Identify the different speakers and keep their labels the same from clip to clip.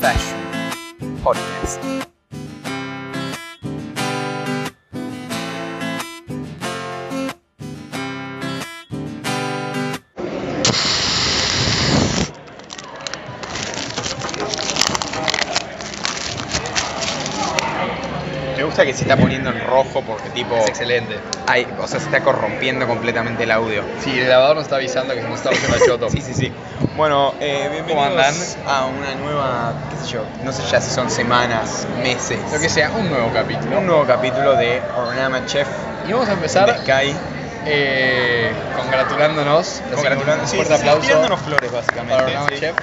Speaker 1: Fashion Podcast.
Speaker 2: Me gusta que se está poniendo en rojo porque tipo...
Speaker 1: Es excelente.
Speaker 2: Ay, o sea, se está corrompiendo completamente el audio.
Speaker 1: Sí, el lavador nos está avisando que nos estamos haciendo choto.
Speaker 2: Sí, sí, sí. Bueno, eh, bienvenidos
Speaker 1: andan?
Speaker 2: a una nueva, qué sé yo, no sé ya si son semanas, meses.
Speaker 1: Lo que sea, un nuevo capítulo.
Speaker 2: Un nuevo capítulo de Ornama Chef
Speaker 1: Y vamos a
Speaker 2: de
Speaker 1: empezar
Speaker 2: Sky.
Speaker 1: eh, congratulándonos. haciendo
Speaker 2: Congratulando-
Speaker 1: Un
Speaker 2: sí,
Speaker 1: fuerte
Speaker 2: sí, sí,
Speaker 1: aplauso
Speaker 2: tirándonos flores
Speaker 1: para
Speaker 2: básicamente.
Speaker 1: Ornama
Speaker 2: sí.
Speaker 1: Chef.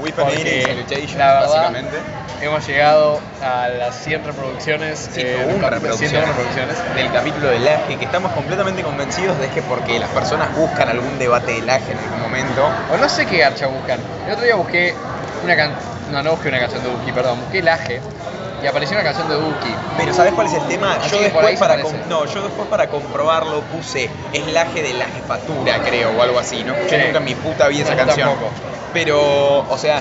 Speaker 2: Whip and
Speaker 1: Porque
Speaker 2: Eating Salutations,
Speaker 1: la verdad,
Speaker 2: básicamente.
Speaker 1: hemos llegado a las 100 reproducciones.
Speaker 2: Sí,
Speaker 1: eh,
Speaker 2: hubo un
Speaker 1: cap-
Speaker 2: reproducciones.
Speaker 1: 101 reproducciones.
Speaker 2: del capítulo del laje que estamos completamente convencidos de que porque las personas buscan algún debate de laje en algún momento
Speaker 1: O no sé qué garcha buscan. El otro día busqué una canción. No, no busqué una canción de Duki, perdón. Busqué Laje y apareció una canción de Duki.
Speaker 2: Pero ¿sabes cuál es el tema?
Speaker 1: Así
Speaker 2: Yo
Speaker 1: que por ahí
Speaker 2: después,
Speaker 1: se
Speaker 2: para
Speaker 1: parece.
Speaker 2: com- no, yo después para comprobarlo puse eslaje de la jefatura, creo, o algo así, ¿no? Yo
Speaker 1: Sí.
Speaker 2: nunca en mi puta vi esa
Speaker 1: No, yo
Speaker 2: canción.
Speaker 1: tampoco.
Speaker 2: Pero, o sea,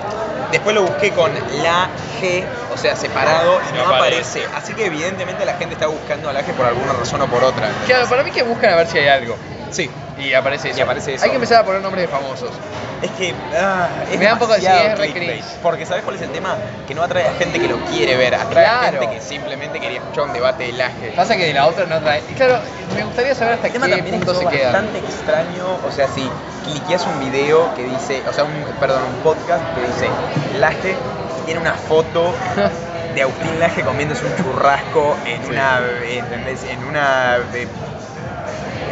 Speaker 2: después lo busqué con la G, o sea, separado, y
Speaker 3: No
Speaker 2: no, aparece. Así que evidentemente la gente está buscando a la G por alguna razón o por otra.
Speaker 1: Claro, para mí que buscan a ver si hay algo.
Speaker 2: Sí.
Speaker 1: Y aparece eso.
Speaker 2: Y aparece eso.
Speaker 1: Hay que empezar a poner nombres de famosos.
Speaker 2: Es que. ah, es
Speaker 1: Me da un poco de- sí,
Speaker 2: demasiado
Speaker 1: es re
Speaker 2: clickbait.
Speaker 1: cringe.
Speaker 2: Porque ¿sabes cuál es el tema? Que no atrae a gente que lo quiere ver, atrae a
Speaker 1: Claro.
Speaker 2: gente que simplemente quería escuchar un debate de la G.
Speaker 1: Pasa que de la otra no trae. Y claro, me gustaría saber hasta
Speaker 2: El Este tema
Speaker 1: qué
Speaker 2: también es que
Speaker 1: punto
Speaker 2: es
Speaker 1: se quedan.
Speaker 2: bastante extraño, o sea, si cliqueas un video que dice, o sea, un, perdón, un podcast que dice Laje y tiene una foto de Agustín Laje comiéndose un churrasco en
Speaker 1: Sí.
Speaker 2: una, ¿entendés? En una de-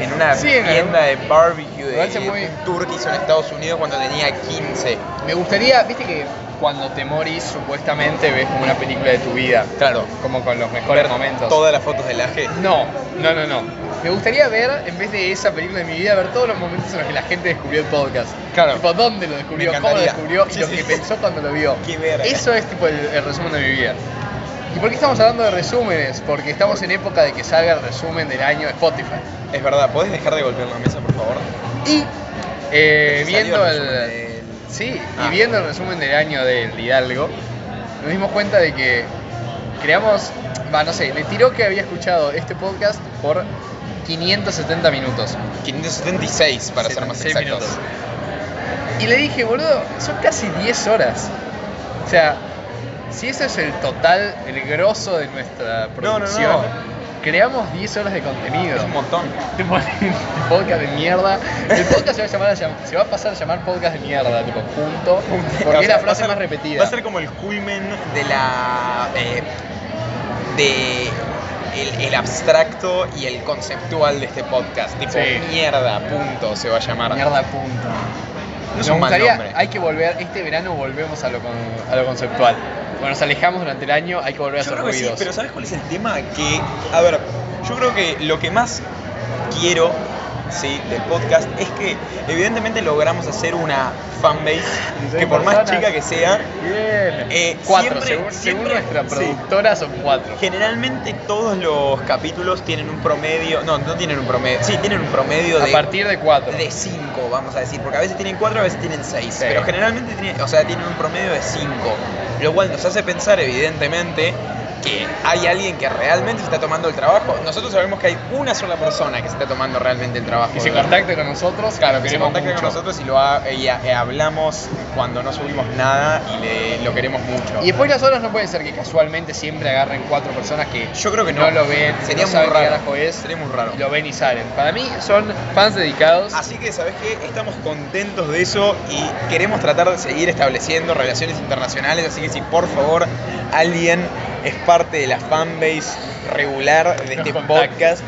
Speaker 2: en una
Speaker 1: Sí, en
Speaker 2: tienda de barbecue
Speaker 1: Me
Speaker 2: de,
Speaker 1: parece
Speaker 2: de
Speaker 1: muy-
Speaker 2: un turquizo en Estados Unidos cuando tenía 15.
Speaker 1: Me gustaría, viste que cuando te morís, supuestamente ves como una película de tu vida.
Speaker 2: Claro,
Speaker 1: Como con los mejores momentos.
Speaker 2: todas las fotos de Laje.
Speaker 1: No, no, no, no. Me gustaría ver, en vez de esa película de mi vida, ver todos los momentos en los que la gente descubrió el podcast.
Speaker 2: Claro.
Speaker 1: Tipo, ¿dónde lo descubrió?
Speaker 2: Me
Speaker 1: ¿Cómo lo
Speaker 2: encantaría.
Speaker 1: descubrió? Y
Speaker 2: Sí,
Speaker 1: lo
Speaker 2: sí,
Speaker 1: que
Speaker 2: sí.
Speaker 1: pensó cuando lo vio.
Speaker 2: Qué verga.
Speaker 1: Eso es tipo el, el resumen de mi vida. ¿Y por qué estamos hablando de resúmenes? Porque estamos en época de que salga el resumen del año de Spotify.
Speaker 2: Es verdad, ¿podés dejar de golpear la mesa, por favor?
Speaker 1: Y eh,
Speaker 2: Salió
Speaker 1: viendo
Speaker 2: el
Speaker 1: el,
Speaker 2: resumen del-
Speaker 1: sí,
Speaker 2: Ah.
Speaker 1: y viendo el resumen del año del Hidalgo, nos dimos cuenta de que creamos, va, no sé, le tiró que había escuchado este podcast por 570 minutos.
Speaker 2: 576 para ser más
Speaker 1: 76
Speaker 2: exactos.
Speaker 1: minutos. Y le dije, boludo, son casi 10 horas. O sea, si eso es el total, el grosso de nuestra
Speaker 2: no, no.
Speaker 1: producción, creamos 10 horas de contenido.
Speaker 2: Es un montón.
Speaker 1: Tipo, podcast de mierda. El podcast se va a llamar a llam- se va a pasar a llamar podcast de mierda, tipo, punto. Porque
Speaker 2: O sea,
Speaker 1: es la
Speaker 2: va a
Speaker 1: frase
Speaker 2: ser-
Speaker 1: más repetida.
Speaker 2: Va a ser como el culmen de la. eh, de. El, el abstracto y el conceptual de este podcast. Tipo,
Speaker 1: Sí.
Speaker 2: mierda, punto se va a llamar.
Speaker 1: mierda punto.
Speaker 2: No es
Speaker 1: Nos
Speaker 2: un mal
Speaker 1: gustaría-
Speaker 2: nombre.
Speaker 1: hay que volver, este verano volvemos a lo, con- a lo conceptual. Bueno, nos alejamos durante el año, hay que volver a
Speaker 2: Yo
Speaker 1: hacer
Speaker 2: creo que sí,
Speaker 1: ruidos.
Speaker 2: pero ¿sabes cuál es el tema? Que, a ver, yo creo que lo que más quiero ¿sí? del podcast es que, evidentemente, logramos hacer una fanbase que, por más
Speaker 1: personas.
Speaker 2: chica que sea,
Speaker 1: Bien.
Speaker 2: Eh,
Speaker 1: cuatro,
Speaker 2: siempre-
Speaker 1: según, según
Speaker 2: siempre-
Speaker 1: nuestra
Speaker 2: sí.
Speaker 1: productora son cuatro.
Speaker 2: Generalmente todos los capítulos tienen un promedio, no, no tienen un promedio, sí, tienen un promedio
Speaker 1: A
Speaker 2: de
Speaker 1: partir de cuatro.
Speaker 2: de 5, vamos a decir, porque a veces tienen 4, a veces tienen 6,
Speaker 1: Sí.
Speaker 2: pero generalmente tienen, o sea, tienen un promedio de 5, lo cual nos hace pensar evidentemente que hay alguien que realmente se está tomando el trabajo. Nosotros sabemos que hay una sola persona que se está tomando realmente el trabajo.
Speaker 1: Que se
Speaker 2: ¿verdad?
Speaker 1: contacte con nosotros, claro,
Speaker 2: se
Speaker 1: queremos
Speaker 2: contacta con
Speaker 1: mucho.
Speaker 2: nosotros y lo ha- y a- y hablamos cuando no subimos nada y le- lo queremos mucho.
Speaker 1: Y después las horas no pueden ser que casualmente siempre agarren cuatro personas que
Speaker 2: Yo creo que no.
Speaker 1: no lo ven,
Speaker 2: Sería
Speaker 1: no
Speaker 2: muy
Speaker 1: saben qué
Speaker 2: raro.
Speaker 1: carajo es.
Speaker 2: Sería muy raro.
Speaker 1: y lo ven y salen. Para mí son fans dedicados.
Speaker 2: Así que, ¿sabes qué? Estamos contentos de eso y queremos tratar de seguir estableciendo relaciones internacionales. Así que, si por favor alguien es parte de la fanbase regular de
Speaker 1: Nos
Speaker 2: este
Speaker 1: contacte.
Speaker 2: podcast,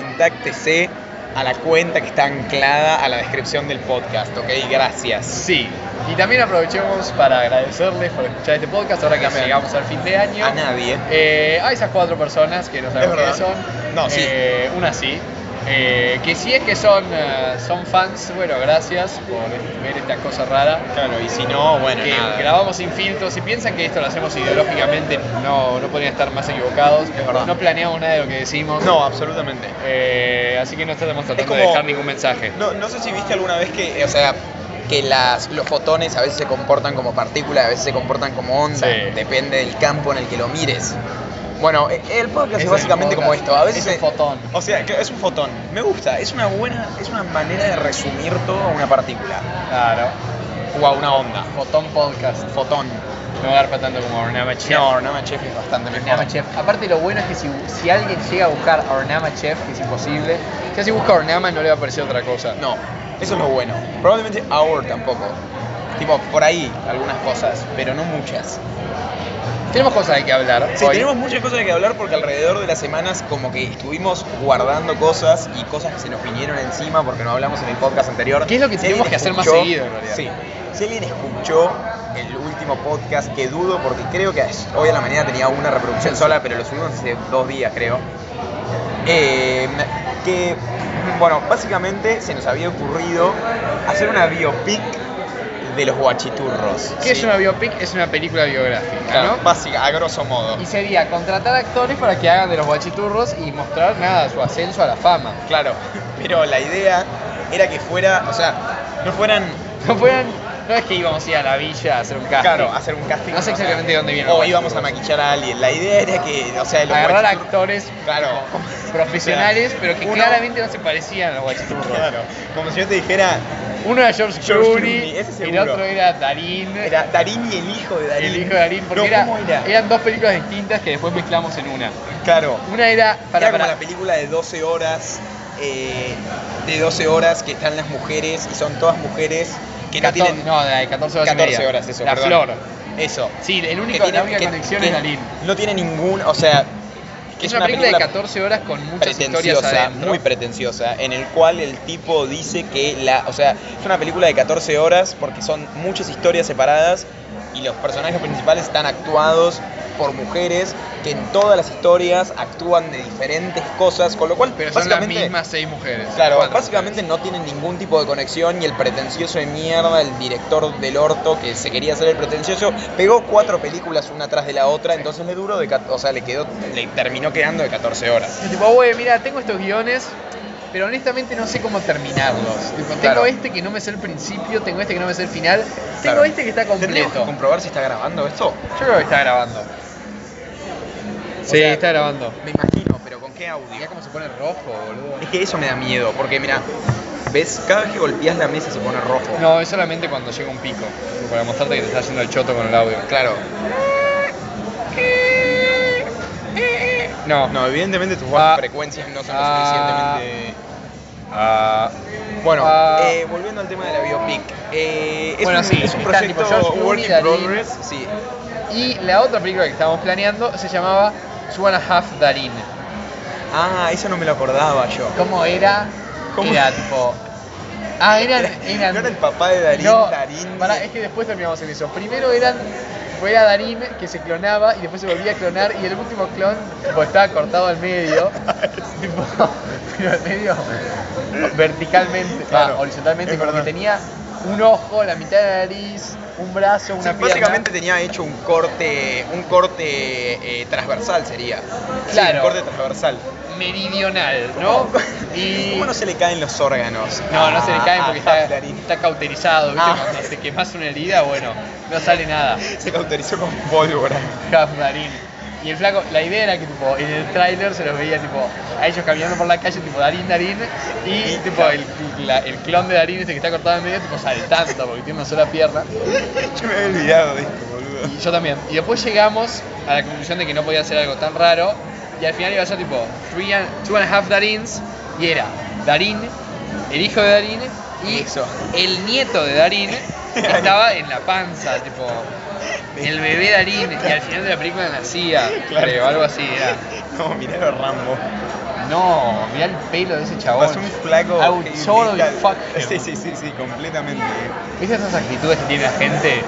Speaker 2: contáctese a la cuenta que está anclada a la descripción del podcast, ¿ok? Gracias.
Speaker 1: Sí. Y también aprovechemos para agradecerles por escuchar este podcast ahora que
Speaker 2: También.
Speaker 1: llegamos al fin de año.
Speaker 2: A nadie.
Speaker 1: Eh, a esas cuatro personas que no sabemos
Speaker 2: Es
Speaker 1: quiénes
Speaker 2: verdad.
Speaker 1: son.
Speaker 2: No, sí.
Speaker 1: Eh, una sí. Eh, que si es que son, eh, son fans, bueno, gracias por ver esta cosa rara.
Speaker 2: Claro, y si no, bueno,
Speaker 1: que
Speaker 2: nada.
Speaker 1: grabamos sin filtros. Si piensan que esto lo hacemos ideológicamente, no, no podrían estar más equivocados.
Speaker 2: Es verdad.
Speaker 1: No planeamos nada de lo que decimos.
Speaker 2: No, absolutamente.
Speaker 1: Eh, así que no estamos tratando
Speaker 2: como-
Speaker 1: de dejar ningún mensaje.
Speaker 2: No, no sé si viste alguna vez que, eh, o sea, que las, los fotones a veces se comportan como partículas, a veces se comportan como onda,
Speaker 1: Sí.
Speaker 2: depende del campo en el que lo mires. Bueno, e- el podcast es,
Speaker 1: Es
Speaker 2: básicamente
Speaker 1: el
Speaker 2: como
Speaker 1: podcast.
Speaker 2: esto. A veces
Speaker 1: Es un
Speaker 2: se-
Speaker 1: fotón.
Speaker 2: O sea, que es un fotón. Me gusta, es una buena, es una manera de resumir todo a una partícula
Speaker 1: Claro.
Speaker 2: o a una onda.
Speaker 1: Botón podcast.
Speaker 2: Fotón.
Speaker 1: No garpa tanto como Ornama Chef.
Speaker 2: No, Ornama Chef es bastante mejor.
Speaker 1: Ornama Chef. Aparte lo bueno es que si, si alguien llega a buscar a Ornama Chef, que es imposible, ya si busca Ornama no le va a aparecer otra cosa.
Speaker 2: No, eso es lo bueno. Probablemente Hour tampoco. Tipo, por ahí algunas cosas, pero no muchas.
Speaker 1: Tenemos cosas de que hablar.
Speaker 2: Sí,
Speaker 1: hoy.
Speaker 2: tenemos muchas cosas que hablar porque alrededor de las semanas como que estuvimos guardando cosas y cosas que se nos vinieron encima porque no hablamos en el podcast anterior.
Speaker 1: ¿Qué es lo que tenemos
Speaker 2: alguien
Speaker 1: que hacer más seguido, en realidad?
Speaker 2: Sí. Si alguien escuchó el último podcast, que dudo porque creo que hoy a la mañana tenía una reproducción sola, pero lo subimos hace dos días creo. Eh, que, bueno, básicamente se nos había ocurrido hacer una biopic de los guachiturros.
Speaker 1: ¿Qué es
Speaker 2: Sí.
Speaker 1: una biopic? Es una película biográfica,
Speaker 2: Claro,
Speaker 1: ¿no?
Speaker 2: básica, a grosso modo.
Speaker 1: Y sería contratar actores para que hagan de los guachiturros y mostrar nada, su ascenso a la fama.
Speaker 2: Claro, pero la idea era que fuera, o sea, no fueran,
Speaker 1: No fueran. No es que íbamos a ir a la villa a hacer un casting.
Speaker 2: claro, hacer un casting.
Speaker 1: No sé exactamente de dónde viene
Speaker 2: O
Speaker 1: los
Speaker 2: íbamos a
Speaker 1: guachiturros.
Speaker 2: maquillar a alguien. La idea era que, o sea, los
Speaker 1: Agarrar
Speaker 2: guachiturros-
Speaker 1: actores
Speaker 2: Claro.
Speaker 1: profesionales,
Speaker 2: O sea,
Speaker 1: pero que
Speaker 2: uno-
Speaker 1: claramente no se parecían a los guachiturros.
Speaker 2: Claro, como si yo te dijera,
Speaker 1: Uno era George,
Speaker 2: George
Speaker 1: Clooney,
Speaker 2: Clooney, ese
Speaker 1: y el
Speaker 2: seguro.
Speaker 1: otro era Darín,
Speaker 2: era Darín y el hijo de Darín.
Speaker 1: el hijo de Darín, porque
Speaker 2: no,
Speaker 1: era-
Speaker 2: ¿cómo era?
Speaker 1: eran dos películas distintas que después mezclamos en una.
Speaker 2: Claro,
Speaker 1: Una era para,
Speaker 2: era como
Speaker 1: para-
Speaker 2: la película de 12 horas, eh, de 12 horas que están las mujeres y son todas mujeres que no
Speaker 1: cator-
Speaker 2: tienen
Speaker 1: no, la de 14 horas y
Speaker 2: 14
Speaker 1: media.
Speaker 2: horas, eso,
Speaker 1: La
Speaker 2: perdón.
Speaker 1: flor.
Speaker 2: Eso.
Speaker 1: Sí, el único,
Speaker 2: tiene-
Speaker 1: la única conexión
Speaker 2: que
Speaker 1: es Darín.
Speaker 2: No tiene ningún, o sea,
Speaker 1: Es una, película, de 14 horas con muchas historias
Speaker 2: pretenciosa,
Speaker 1: adentro.
Speaker 2: muy pretenciosa, en el cual el tipo dice que la, o sea, es una película de 14 horas porque son muchas historias separadas y los personajes principales están actuados por mujeres que en todas las historias actúan de diferentes cosas, con lo cual
Speaker 1: pero son las
Speaker 2: básicamente
Speaker 1: mismas seis mujeres.
Speaker 2: Claro,
Speaker 1: cuatro.
Speaker 2: básicamente no tienen ningún tipo de conexión y el pretencioso de mierda, el director del orto que se quería hacer el pretencioso, pegó cuatro películas una tras de la otra, entonces le duró de, cat- o sea, le quedó le terminó quedando de 14 horas.
Speaker 1: Y tipo, güey, mira, tengo estos guiones, pero honestamente no sé cómo terminarlos. Tipo, tengo
Speaker 2: Claro.
Speaker 1: este que no me sé el principio, tengo este que no me sé el final, tengo
Speaker 2: Claro.
Speaker 1: este que está
Speaker 2: ¿Tendríamos que
Speaker 1: completo.
Speaker 2: comprobar si está grabando esto?
Speaker 1: Yo creo que está grabando. Sí,
Speaker 2: sea,
Speaker 1: está grabando.
Speaker 2: Me imagino, pero ¿con qué audio?
Speaker 1: Mirá cómo se pone rojo, boludo.
Speaker 2: Es que eso me da miedo, porque mira, ves, cada vez que golpeas la mesa se pone rojo.
Speaker 1: No, es solamente cuando llega un pico. Para mostrarte que te está haciendo el choto con el audio.
Speaker 2: Claro.
Speaker 1: No.
Speaker 2: No, evidentemente tus
Speaker 1: Ah.
Speaker 2: frecuencias no son lo
Speaker 1: Ah.
Speaker 2: suficientemente
Speaker 1: Ah.
Speaker 2: Bueno,
Speaker 1: Ah.
Speaker 2: eh, volviendo al tema de la biopic. eh, es
Speaker 1: Bueno,
Speaker 2: un,
Speaker 1: sí,
Speaker 2: es un
Speaker 1: está
Speaker 2: proyecto
Speaker 1: tipo George Clooney,
Speaker 2: work in
Speaker 1: Darín.
Speaker 2: progress. Sí,
Speaker 1: Y la otra película que estábamos planeando se llamaba Two and a Half Darín.
Speaker 2: Ah, eso no me lo acordaba yo.
Speaker 1: ¿Cómo era?
Speaker 2: ¿Cómo?
Speaker 1: Era tipo. Ah, eran. eran...
Speaker 2: No era el papá de Darín,
Speaker 1: No,
Speaker 2: Darín. eh,
Speaker 1: pará, es que después terminamos en eso. Primero eran. Fue a Darín que se clonaba y después se volvía a clonar y el último clon tipo, estaba cortado al medio. tipo, pero al medio verticalmente, va,
Speaker 2: Claro,
Speaker 1: horizontalmente,
Speaker 2: es
Speaker 1: como que
Speaker 2: verdad.
Speaker 1: tenía un ojo, la mitad de la nariz, un brazo,
Speaker 2: Sí,
Speaker 1: una pierna.
Speaker 2: básicamente tenía hecho un corte, un corte eh, transversal sería. Sí,
Speaker 1: Claro.
Speaker 2: un corte transversal.
Speaker 1: meridional, ¿no? Y
Speaker 2: ¿Cómo no se le caen los órganos?
Speaker 1: No, no se le caen
Speaker 2: Ah,
Speaker 1: porque
Speaker 2: ah,
Speaker 1: está,
Speaker 2: Darín.
Speaker 1: está cauterizado, ¿viste?
Speaker 2: Ah.
Speaker 1: Cuando te quemas una herida, bueno, no sale nada.
Speaker 2: Se cauterizó con pólvora.
Speaker 1: Half Darín. Y el flaco, la idea era que tipo, en el tráiler se los veía tipo, a ellos caminando por la calle, tipo Darín, Darín, y
Speaker 2: Y,
Speaker 1: tipo
Speaker 2: claro.
Speaker 1: el, la- el clon de Darín, este que está cortado en medio, tipo saltando porque tiene una sola pierna.
Speaker 2: Yo me había olvidado de esto, boludo.
Speaker 1: Y yo también. Y después llegamos a la conclusión de que no podía ser algo tan raro. Y al final iba a ser tipo three and, Two and a Half Darins. Y era Darín, el hijo de Darín y
Speaker 2: Eso.
Speaker 1: el nieto de Darín que estaba en la panza, tipo el bebé Darín. Y al final de la película nacía,
Speaker 2: Claro.
Speaker 1: creo, algo así. Era.
Speaker 2: No, mirá lo Rambo.
Speaker 1: No, mirá el pelo de ese chabón.
Speaker 2: Es un flaco.
Speaker 1: I would
Speaker 2: que
Speaker 1: totally
Speaker 2: grita-
Speaker 1: fuck him.
Speaker 2: Sí, sí, sí, sí, completamente.
Speaker 1: ¿Viste esas actitudes que tiene la gente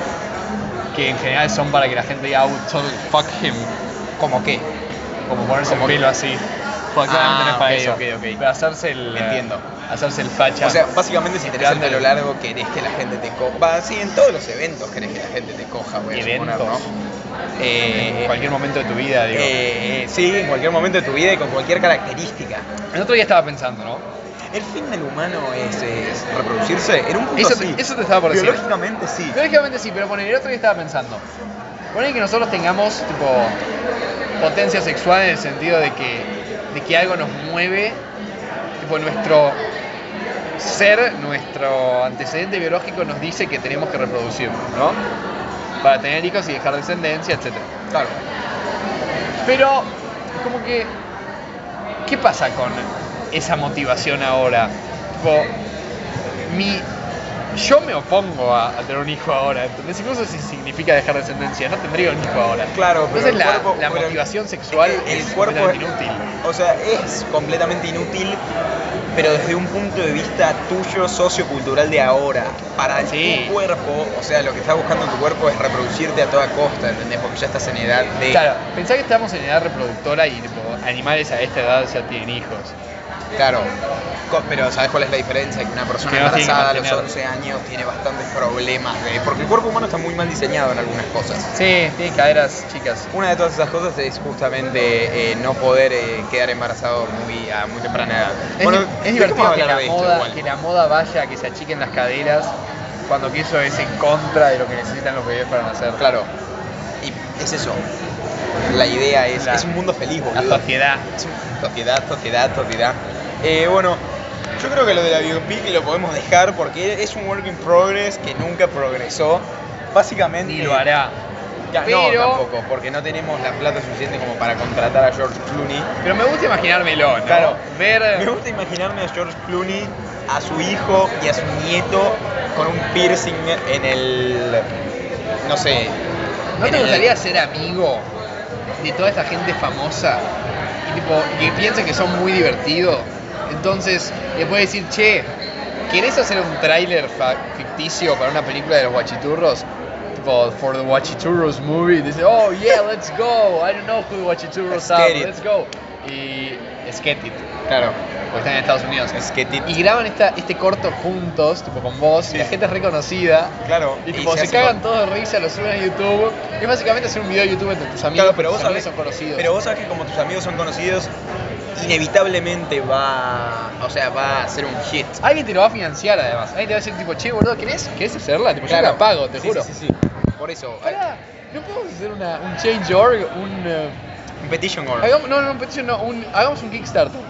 Speaker 1: que en general son para que la gente diga, I would totally fuck him?
Speaker 2: ¿Cómo qué?
Speaker 1: Como ponerse
Speaker 2: Como
Speaker 1: el pelo así. Pues
Speaker 2: Ah,
Speaker 1: claramente no es para
Speaker 2: ok,
Speaker 1: eso.
Speaker 2: ok, ok.
Speaker 1: Pero hacerse el. eh,
Speaker 2: Entiendo.
Speaker 1: Hacerse el facha.
Speaker 2: O sea, básicamente si tenés el
Speaker 1: Escándalo.
Speaker 2: pelo largo querés que la gente te coja. Va, sí, en todos los eventos querés que la gente te coja, voy a suponer,
Speaker 1: Eventos.
Speaker 2: ¿no?
Speaker 1: en
Speaker 2: Eh,
Speaker 1: cualquier momento de tu vida, digo.
Speaker 2: eh, sí, en cualquier momento de tu vida y con cualquier característica.
Speaker 1: el otro día estaba pensando, ¿no?
Speaker 2: el fin del humano es, es reproducirse. En un punto
Speaker 1: Eso te-
Speaker 2: sí.
Speaker 1: eso te estaba por decir.
Speaker 2: Biológicamente sí.
Speaker 1: Lógicamente sí, pero poner el otro día estaba pensando. Ponen que nosotros tengamos tipo potencia sexual en el sentido de que, de que algo nos mueve, tipo nuestro ser, nuestro antecedente biológico nos dice que tenemos que reproducirnos, ¿no? Para tener hijos y dejar descendencia, etc.
Speaker 2: Claro.
Speaker 1: Pero, como que, ¿qué pasa con esa motivación ahora? Tipo, mi, yo me opongo a, a tener un hijo ahora, ¿entendés? Incluso si significa dejar descendencia, no tendría un hijo ahora.
Speaker 2: Claro, pero
Speaker 1: Entonces
Speaker 2: el
Speaker 1: la,
Speaker 2: cuerpo-
Speaker 1: la
Speaker 2: pero el-
Speaker 1: motivación sexual
Speaker 2: el
Speaker 1: es
Speaker 2: cuerpo
Speaker 1: completamente
Speaker 2: es-
Speaker 1: inútil.
Speaker 2: O sea, es completamente inútil, pero desde un punto de vista tuyo sociocultural de ahora. Para
Speaker 1: Sí.
Speaker 2: tu cuerpo, o sea, lo que estás buscando en tu cuerpo es reproducirte a toda costa, ¿entendés? Porque ya estás en edad de...
Speaker 1: Claro, pensá que estamos en edad reproductora y tipo, animales a esta edad ya tienen hijos.
Speaker 2: Claro. Co- Pero ¿sabes cuál es la diferencia? Que una persona
Speaker 1: Que no tiene que
Speaker 2: embarazada a los
Speaker 1: mantener.
Speaker 2: 11 años tiene bastantes problemas de... Porque el cuerpo humano está muy mal diseñado en algunas cosas.
Speaker 1: Sí, tienen caderas chicas.
Speaker 2: Una de todas esas cosas es justamente eh, no poder eh, quedar embarazado muy, a muy temprana edad.
Speaker 1: Es,
Speaker 2: Bueno,
Speaker 1: es
Speaker 2: ¿de qué vamos
Speaker 1: divertido
Speaker 2: a
Speaker 1: que
Speaker 2: hablar
Speaker 1: la,
Speaker 2: de esto
Speaker 1: moda,
Speaker 2: igual?
Speaker 1: que la moda vaya, que se achiquen las caderas, cuando que eso es en contra de lo que necesitan los bebés para nacer.
Speaker 2: Claro. Y es eso. La idea es.
Speaker 1: La-
Speaker 2: es un mundo feliz,
Speaker 1: La
Speaker 2: boludo.
Speaker 1: sociedad.
Speaker 2: Es un- sociedad, sociedad, sociedad. Eh, bueno, yo creo que lo de la biopic lo podemos dejar porque es un work in progress que nunca progresó. Básicamente.
Speaker 1: Ni lo hará.
Speaker 2: Ya,
Speaker 1: Pero-
Speaker 2: No, tampoco, porque no tenemos la plata suficiente como para contratar a George Clooney.
Speaker 1: Pero me gusta imaginármelo, ¿no?
Speaker 2: Claro.
Speaker 1: Ver.
Speaker 2: Me gusta imaginarme a George Clooney, a su hijo y a su nieto con un piercing en el. No sé.
Speaker 1: ¿No
Speaker 2: en
Speaker 1: te
Speaker 2: el-
Speaker 1: gustaría ser amigo de toda esta gente famosa? Y tipo, que piensa que son muy divertidos. Entonces, le puedes decir, che, ¿querés hacer un tráiler fa- ficticio para una película de los guachiturros? Tipo, for the guachiturros movie. Dice, oh yeah, let's go. I don't know who the guachiturros
Speaker 2: Let's
Speaker 1: are,
Speaker 2: get
Speaker 1: but
Speaker 2: it."
Speaker 1: let's go. Y es get it,
Speaker 2: Claro.
Speaker 1: porque están en Estados Unidos.
Speaker 2: Es que ti-
Speaker 1: Y graban esta, este corto juntos, tipo con vos, y la
Speaker 2: Sí.
Speaker 1: gente es reconocida.
Speaker 2: Claro.
Speaker 1: Y tipo, se,
Speaker 2: hace
Speaker 1: cagan
Speaker 2: con-
Speaker 1: todos de risa, lo suben a YouTube. Es básicamente hacer un video de YouTube entre tus amigos,
Speaker 2: Claro, pero
Speaker 1: porque
Speaker 2: vos,
Speaker 1: tus
Speaker 2: sabés,
Speaker 1: amigos son conocidos.
Speaker 2: pero vos sabés que como tus amigos son conocidos, inevitablemente va, o sea, va a ser un hit.
Speaker 1: Alguien te lo va a financiar además. Alguien te va a decir tipo, che, boludo, ¿querés, querés hacerla? Ah, Tipo, yo la pago, te
Speaker 2: Sí,
Speaker 1: juro.
Speaker 2: Sí, sí, sí. Por eso,
Speaker 1: Pará, ¿no podemos hacer una, un change.org? Un, eh,
Speaker 2: eh, un petition or-
Speaker 1: hagamos, no, no, un petition, no, un, hagamos un Kickstarter.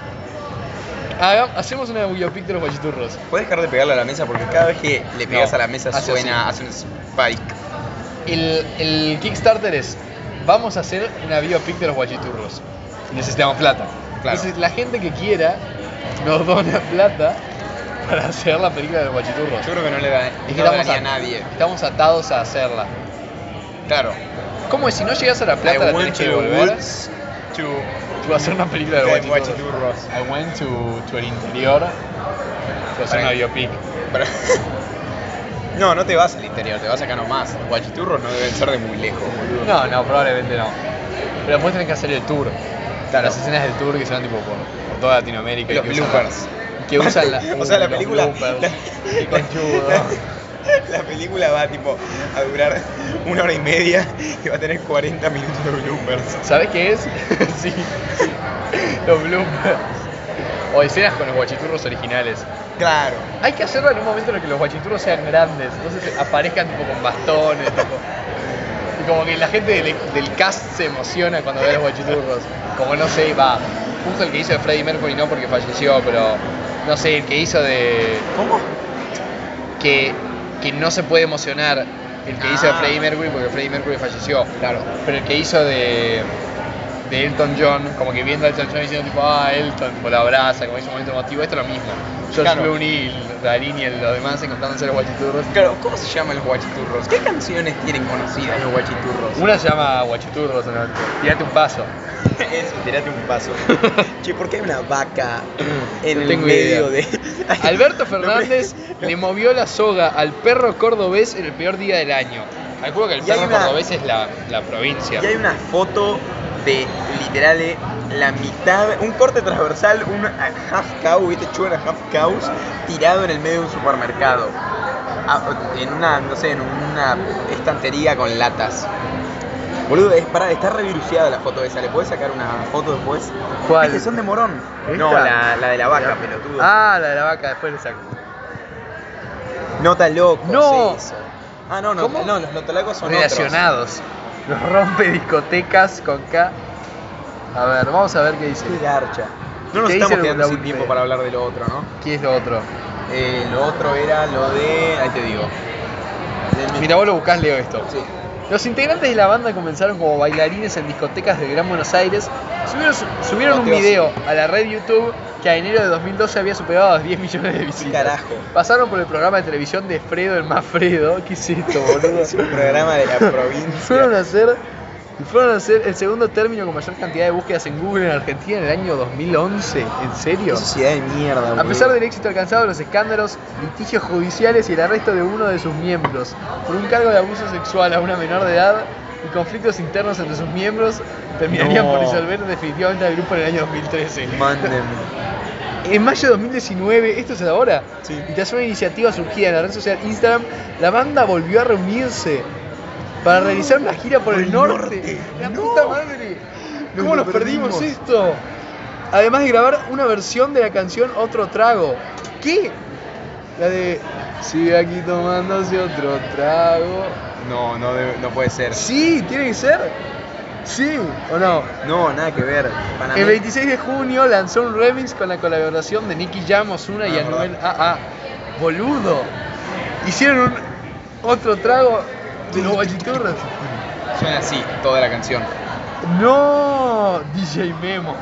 Speaker 1: Hagam- hacemos una biopic de los guachiturros.
Speaker 2: ¿Puedes dejar de pegarle a la mesa? Porque cada vez que le pegas
Speaker 1: No,
Speaker 2: a la mesa
Speaker 1: hace
Speaker 2: suena, hace un spike.
Speaker 1: El, el Kickstarter es, vamos a hacer una biopic de los guachiturros. Necesitamos plata.
Speaker 2: Claro.
Speaker 1: Entonces la gente que quiera nos dona plata para hacer la película de los guachiturros.
Speaker 2: Yo creo que no le da,
Speaker 1: Y
Speaker 2: no le daría a nadie.
Speaker 1: Estamos atados a hacerla.
Speaker 2: Claro.
Speaker 1: ¿Cómo es? Si no llegas a la plata,
Speaker 2: I
Speaker 1: la
Speaker 2: went
Speaker 1: tenés
Speaker 2: to
Speaker 1: que
Speaker 2: the
Speaker 1: devolver.
Speaker 2: woods to
Speaker 1: Tú vas a hacer una película de
Speaker 2: get
Speaker 1: guachiturros.
Speaker 2: guachiturros.
Speaker 1: I went to, to el interior. Tú vas a hacer una
Speaker 2: Para-
Speaker 1: biopic.
Speaker 2: Pero- No, no te vas al interior, te vas acá nomás. Guachiturros no deben ser de muy lejos, boludo.
Speaker 1: No, no, probablemente no. Pero después tenés que hacer el tour.
Speaker 2: Claro.
Speaker 1: Las escenas del tour que son tipo por, por toda Latinoamérica. y
Speaker 2: Los
Speaker 1: que usan
Speaker 2: bloopers.
Speaker 1: la- que usan la,
Speaker 2: o sea, la
Speaker 1: uh, los
Speaker 2: película.
Speaker 1: bloopers.
Speaker 2: La,
Speaker 1: Qué conchudo.
Speaker 2: la- la película va tipo a durar una hora y media y va a tener 40 minutos de bloopers.
Speaker 1: ¿Sabes qué es? sí. Los bloopers. O escenas con los guachiturros originales.
Speaker 2: Claro.
Speaker 1: Hay que hacerlo en un momento en el que los guachiturros sean grandes, entonces aparezcan tipo con bastones, tipo. Y como que la gente del, del cast se emociona cuando ve a los guachiturros. Como no sé, va. Justo el que hizo de Freddie Mercury no porque falleció, pero no sé, el que hizo de.
Speaker 2: ¿Cómo?
Speaker 1: que, que no se puede emocionar. El que hizo de
Speaker 2: Ah.
Speaker 1: Freddie Mercury porque Freddie Mercury falleció.
Speaker 2: Claro.
Speaker 1: Pero el que hizo de, de Elton John, como que viendo a Elton John diciendo tipo, ah, Elton, tipo, la abraza, como hizo un momento emotivo, esto es lo mismo. George
Speaker 2: Claro.
Speaker 1: Clooney, Darín y los demás encontrándose los guachiturros.
Speaker 2: Claro, ¿cómo se llaman los guachiturros? ¿Qué canciones tienen conocidas los guachiturros?
Speaker 1: Una se llama guachiturros, ¿no? tirate un paso.
Speaker 2: Eso, tirate un paso. che, ¿por qué hay una vaca en
Speaker 1: No
Speaker 2: el
Speaker 1: tengo
Speaker 2: medio
Speaker 1: idea.
Speaker 2: de.
Speaker 1: Alberto Fernández le movió la soga al perro cordobés en el peor día del año. Calculo que el
Speaker 2: Y hay
Speaker 1: perro
Speaker 2: una-
Speaker 1: cordobés es la, la provincia.
Speaker 2: Y hay una foto de literal eh, la mitad, un corte transversal, un half cow, viste, chugan a half cows, tirado en el medio de un supermercado. Ah, En una, no sé, en una estantería con latas. Boludo, es, pará, está reviruciada la foto esa. ¿Le puedes sacar una foto después?
Speaker 1: ¿Cuál?
Speaker 2: Es que son de morón.
Speaker 1: ¿Esta?
Speaker 2: No, la, la de la vaca, pelotudo.
Speaker 1: Ah, la de la vaca, después le saco.
Speaker 2: Nota loco.
Speaker 1: No.
Speaker 2: se hizo. Ah, no, no,
Speaker 1: ¿Cómo?
Speaker 2: no, los notalacos son otros.
Speaker 1: Relacionados. Los rompe discotecas con K. A ver, vamos a ver qué dice.
Speaker 2: Qué garcha. No nos
Speaker 1: ¿Qué
Speaker 2: estamos
Speaker 1: dice
Speaker 2: quedando
Speaker 1: la
Speaker 2: sin
Speaker 1: Wikipedia?
Speaker 2: tiempo para hablar de lo otro, ¿no?
Speaker 1: ¿Qué es lo otro?
Speaker 2: Eh, lo otro era lo de. Ahí te digo. De-
Speaker 1: Mira, vos lo buscás, leo esto.
Speaker 2: Sí.
Speaker 1: Los integrantes de la banda comenzaron como bailarines en discotecas del Gran Buenos Aires. Subieron, subieron un
Speaker 2: Mateo, sí.
Speaker 1: video a la red YouTube que a enero de 2012 había superado los 10 millones de visitas.
Speaker 2: Carajo.
Speaker 1: Pasaron por el programa de televisión de Fredo el más Fredo. ¿Qué es esto, boludo?
Speaker 2: Es un programa de la provincia.
Speaker 1: fueron a hacer fueron a ser el segundo término con mayor cantidad de búsquedas en Google en Argentina en el año 2011. ¿En
Speaker 2: Qué
Speaker 1: serio?
Speaker 2: sociedad de mierda,
Speaker 1: A pesar del éxito alcanzado, los escándalos, litigios judiciales y el arresto de uno de sus miembros por un cargo de abuso sexual a una menor de edad y conflictos internos entre sus miembros, terminarían
Speaker 2: No.
Speaker 1: por disolver definitivamente al grupo en el año 2013.
Speaker 2: Mándenme.
Speaker 1: En mayo de 2019, esto es ahora,
Speaker 2: Sí.
Speaker 1: y tras una iniciativa surgida en la red social Instagram, la banda volvió a reunirse para realizar una gira por el, norte. ¡La puta madre!
Speaker 2: Nos
Speaker 1: ¿Cómo
Speaker 2: lo
Speaker 1: nos perdimos.
Speaker 2: perdimos.
Speaker 1: esto? Además de grabar una versión de la canción Otro Trago. ¿Qué? La de Sigue aquí tomándose otro trago.
Speaker 2: No, no, debe- no puede ser.
Speaker 1: Sí, tiene que ser. Sí, ¿o no?
Speaker 2: No, nada que ver. Para
Speaker 1: El
Speaker 2: mí-
Speaker 1: 26 de junio lanzó un remix con la colaboración de Nicky Jam, Ozuna y
Speaker 2: Ah,
Speaker 1: Anuel
Speaker 2: verdad.
Speaker 1: AA. Boludo. Hicieron un otro trago de los guachiturros.
Speaker 2: Suena así toda la canción.
Speaker 1: No, DJ Memo.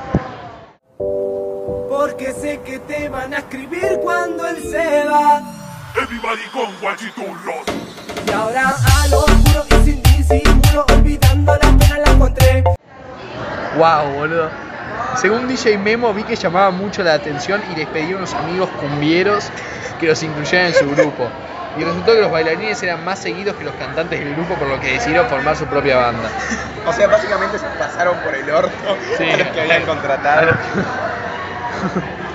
Speaker 3: Porque sé que te van a escribir cuando él se va.
Speaker 4: Everybody con guachiturros.
Speaker 3: Y ahora a lo oscuro y sin disimulo, olvidando las penas la encontré.
Speaker 1: Wow, boludo. Según DJ Memo, vi que llamaba mucho la atención y les pedí a unos amigos cumbieros que los incluyeran en su grupo. Y resultó que los bailarines eran más seguidos que los cantantes del grupo, por lo que decidieron formar su propia banda.
Speaker 2: O sea, básicamente se pasaron por el orto
Speaker 1: Sí.
Speaker 2: a los que habían contratado.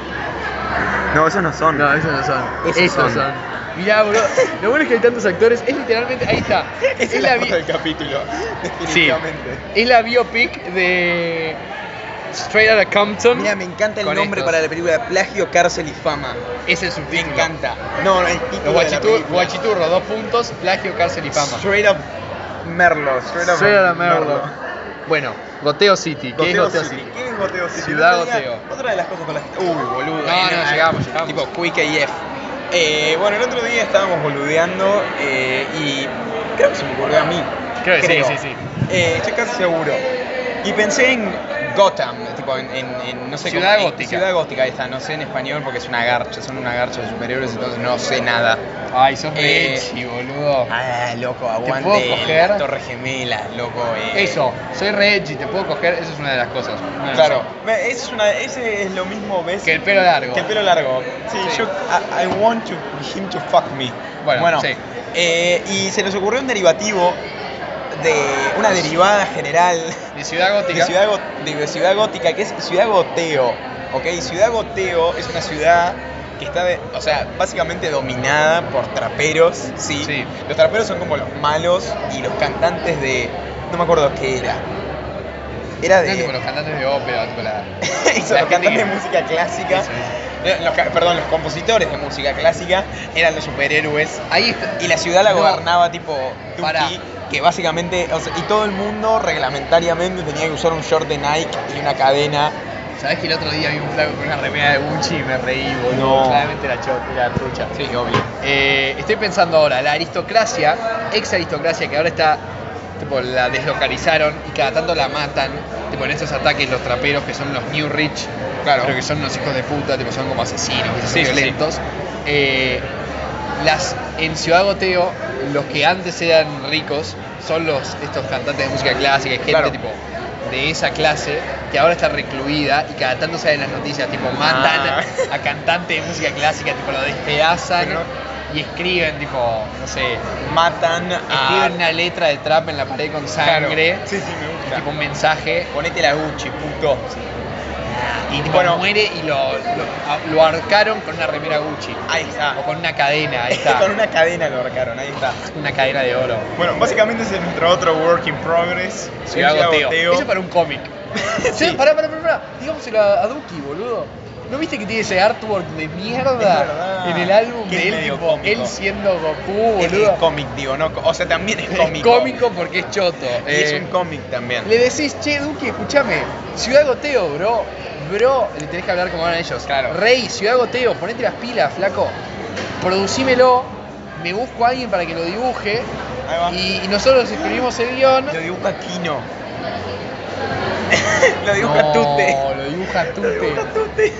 Speaker 2: No, esos no son.
Speaker 1: No, esos no son.
Speaker 2: Esos son.
Speaker 1: Mirá, bro. Lo bueno es que hay tantos actores. Es literalmente. Ahí está.
Speaker 2: Esa es la foto del capítulo.
Speaker 1: Sí.
Speaker 2: Definitivamente.
Speaker 1: Es la biopic de. Straight Outta Compton.
Speaker 2: Mira, me encanta el
Speaker 1: Con
Speaker 2: nombre
Speaker 1: estos.
Speaker 2: para la película Plagio, Cárcel y Fama.
Speaker 1: Es el
Speaker 2: Me
Speaker 1: subtítulo.
Speaker 2: encanta. No, no, el título
Speaker 1: Los
Speaker 2: de la
Speaker 1: guachitur-
Speaker 2: película.
Speaker 1: guachiturros, dos puntos, plagio, cárcel y fama.
Speaker 2: Straight up Merlo. Straight up
Speaker 1: Straight Outta Merlo. Bueno, Goteo City. ¿Qué es
Speaker 2: Goteo
Speaker 1: Goteo
Speaker 2: City.
Speaker 1: City?
Speaker 2: ¿Qué es Goteo City?
Speaker 1: Ciudad
Speaker 2: El otro día,
Speaker 1: Goteo.
Speaker 2: Otra de las cosas con las que... Uy, boludo.
Speaker 1: No,
Speaker 2: ahí
Speaker 1: no, llegamos, llegamos.
Speaker 2: Tipo, Cuica y F. Eh, bueno, el otro día estábamos boludeando eh, y creo que se me ocurrió a mí.
Speaker 1: Creo que sí, sí, sí.
Speaker 2: Eh, estoy casi seguro. Y pensé en Gotham, tipo en, en- en- no sé
Speaker 1: Ciudad
Speaker 2: en-
Speaker 1: gótica.
Speaker 2: Ciudad gótica, ahí está, no sé en español porque es una garcha, son una garcha de superhéroes, entonces no sé nada.
Speaker 1: Ay, sos
Speaker 2: Eh,
Speaker 1: rechi, boludo.
Speaker 2: Ah, loco, aguante
Speaker 1: puedo coger?
Speaker 2: las torres gemelas, loco. eh.
Speaker 1: Eso, soy rechi, te puedo coger. Eso es una de las cosas. Una de las
Speaker 2: Claro,
Speaker 1: cosas.
Speaker 2: Ve, ese es, una- ese es lo mismo, ¿ves?
Speaker 1: Que el pelo largo.
Speaker 2: Que el pelo largo. Sí,
Speaker 1: Sí.
Speaker 2: yo. ah, I, I want to, him to fuck me.
Speaker 1: Bueno, sí.
Speaker 2: eh, y se nos ocurrió un derivativo de. Una derivada general
Speaker 1: De Ciudad Gótica.
Speaker 2: de ciudad, go- de ciudad gótica, que es ciudad goteo. ¿Ok? Ciudad goteo es una ciudad que está, de- o sea, básicamente dominada por traperos, ¿sí?
Speaker 1: Sí.
Speaker 2: Los traperos son como los malos y los cantantes de. No me acuerdo qué era. Era de.
Speaker 1: No, tipo los cantantes de ópera, tipo la...
Speaker 2: Eso,
Speaker 1: La
Speaker 2: los
Speaker 1: gente
Speaker 2: cantantes
Speaker 1: que-
Speaker 2: de música clásica.
Speaker 1: Eso, eso.
Speaker 2: Eh, los ca- perdón, los compositores de música clásica eran los superhéroes.
Speaker 1: Ahí está.
Speaker 2: Y la ciudad la
Speaker 1: No.
Speaker 2: gobernaba tipo Duki,
Speaker 1: Pará.
Speaker 2: que básicamente, o sea, y todo el mundo reglamentariamente tenía que usar un short de Nike y una cadena.
Speaker 1: ¿Sabés que el otro día vi un flaco con una remera de Gucci y me reí, boludo?
Speaker 2: No.
Speaker 1: Claramente era, cho- era trucha.
Speaker 2: Sí, obvio.
Speaker 1: Eh, estoy pensando ahora, la aristocracia, ex aristocracia que ahora está, tipo, la deslocalizaron y cada tanto la matan, tipo, en esos ataques los traperos que son los New Rich,
Speaker 2: Claro.
Speaker 1: pero que son los hijos de puta, tipo, son como asesinos, que son
Speaker 2: Sí, sí, sí.
Speaker 1: violentos. Eh, las, en Ciudad Goteo, los que antes eran ricos son los, estos cantantes de música clásica, y gente
Speaker 2: Claro.
Speaker 1: tipo de esa clase que ahora está recluida y cada tanto salen las noticias, tipo matan
Speaker 2: Ah.
Speaker 1: a cantantes de música clásica, tipo lo despedazan
Speaker 2: Pero
Speaker 1: y escriben, tipo, no sé,
Speaker 2: Matan a.
Speaker 1: escriben una letra de trap en la pared con
Speaker 2: Ah. Claro.
Speaker 1: sangre,
Speaker 2: Sí, sí, me gusta.
Speaker 1: tipo un mensaje.
Speaker 2: Ponete la Gucci, puto.
Speaker 1: Y tipo,
Speaker 2: Bueno.
Speaker 1: muere y lo, lo, a- lo ahorcaron con una remera Gucci.
Speaker 2: Ahí está.
Speaker 1: O con una cadena, ahí está.
Speaker 2: Ah. Con una cadena lo ahorcaron, ahí está.
Speaker 1: Una cadena de oro.
Speaker 5: Bueno, básicamente ese es nuestro otro work in progress.
Speaker 1: Ciudad
Speaker 5: Ciudad
Speaker 1: Goteo.
Speaker 5: Goteo.
Speaker 1: Eso es para un cómic.
Speaker 5: Sí.
Speaker 1: Pará, pará, pará, pará. Digámoselo a, a Duki, boludo. ¿No viste que tiene ese artwork de
Speaker 2: Es verdad.
Speaker 1: mierda en el álbum
Speaker 2: Que
Speaker 1: de
Speaker 2: es
Speaker 1: él,
Speaker 2: medio
Speaker 1: tipo,
Speaker 2: cómico.
Speaker 1: él siendo Goku,
Speaker 2: Es,
Speaker 1: boludo?
Speaker 2: cómic, digo, no. O sea, también es
Speaker 1: Es
Speaker 2: cómico.
Speaker 1: cómico porque es choto.
Speaker 2: Y es
Speaker 1: Eh,
Speaker 2: un cómic también.
Speaker 1: Le decís, che, Duque, escúchame, Ciudad Goteo, bro. Bro, le tenés que hablar como hablan ellos.
Speaker 2: Claro.
Speaker 1: Rey, Ciudad Goteo, ponete las pilas, flaco. Producímelo, me busco a alguien para que lo dibuje.
Speaker 2: Ahí va.
Speaker 1: Y, y nosotros escribimos el guión.
Speaker 2: Lo dibuja Kino. lo dibuja
Speaker 1: no,
Speaker 2: Tute.
Speaker 1: Lo dibuja
Speaker 2: Lo dibuja
Speaker 1: Tute.
Speaker 2: Tute.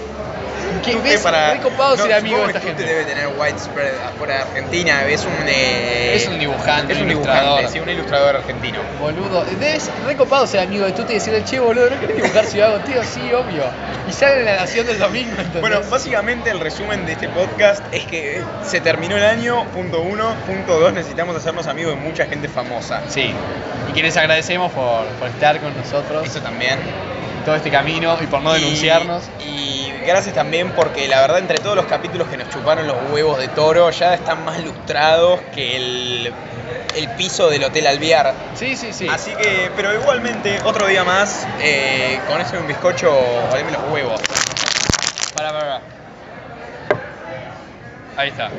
Speaker 1: ¿Qué
Speaker 2: Tute
Speaker 1: ves?
Speaker 2: para-
Speaker 1: Re copado
Speaker 2: No,
Speaker 1: ser amigo de
Speaker 2: supongo
Speaker 1: esta
Speaker 2: que
Speaker 1: gente.
Speaker 2: Tute debe tener widespread afuera de Argentina. Es un. eh,
Speaker 1: Es un dibujante,
Speaker 2: Es un
Speaker 1: ilustrador.
Speaker 2: dibujante, sí, un ilustrador argentino.
Speaker 1: Boludo, debes recopado ser amigo de Tute y decirle, che, boludo, ¿no querés dibujar Ciudad Goteo? Sí, obvio. Y salen en la nación del domingo, ¿entendés?
Speaker 2: Bueno, básicamente el resumen de este podcast es que se terminó el año, punto uno, punto dos, necesitamos hacernos amigos de mucha gente famosa.
Speaker 1: Sí. Y que les agradecemos por, por estar con nosotros
Speaker 2: Eso también.
Speaker 1: todo este camino y por no
Speaker 2: Y-
Speaker 1: denunciarnos.
Speaker 2: Y gracias también porque la verdad entre todos los capítulos que nos chuparon los huevos de toro ya están más lustrados que el, el piso del Hotel Alvear.
Speaker 1: Sí, sí, sí.
Speaker 2: Así que, pero igualmente, otro día más, eh, con eso y un bizcocho, oleme los huevos.
Speaker 1: Pará, pará, pará. Ahí está.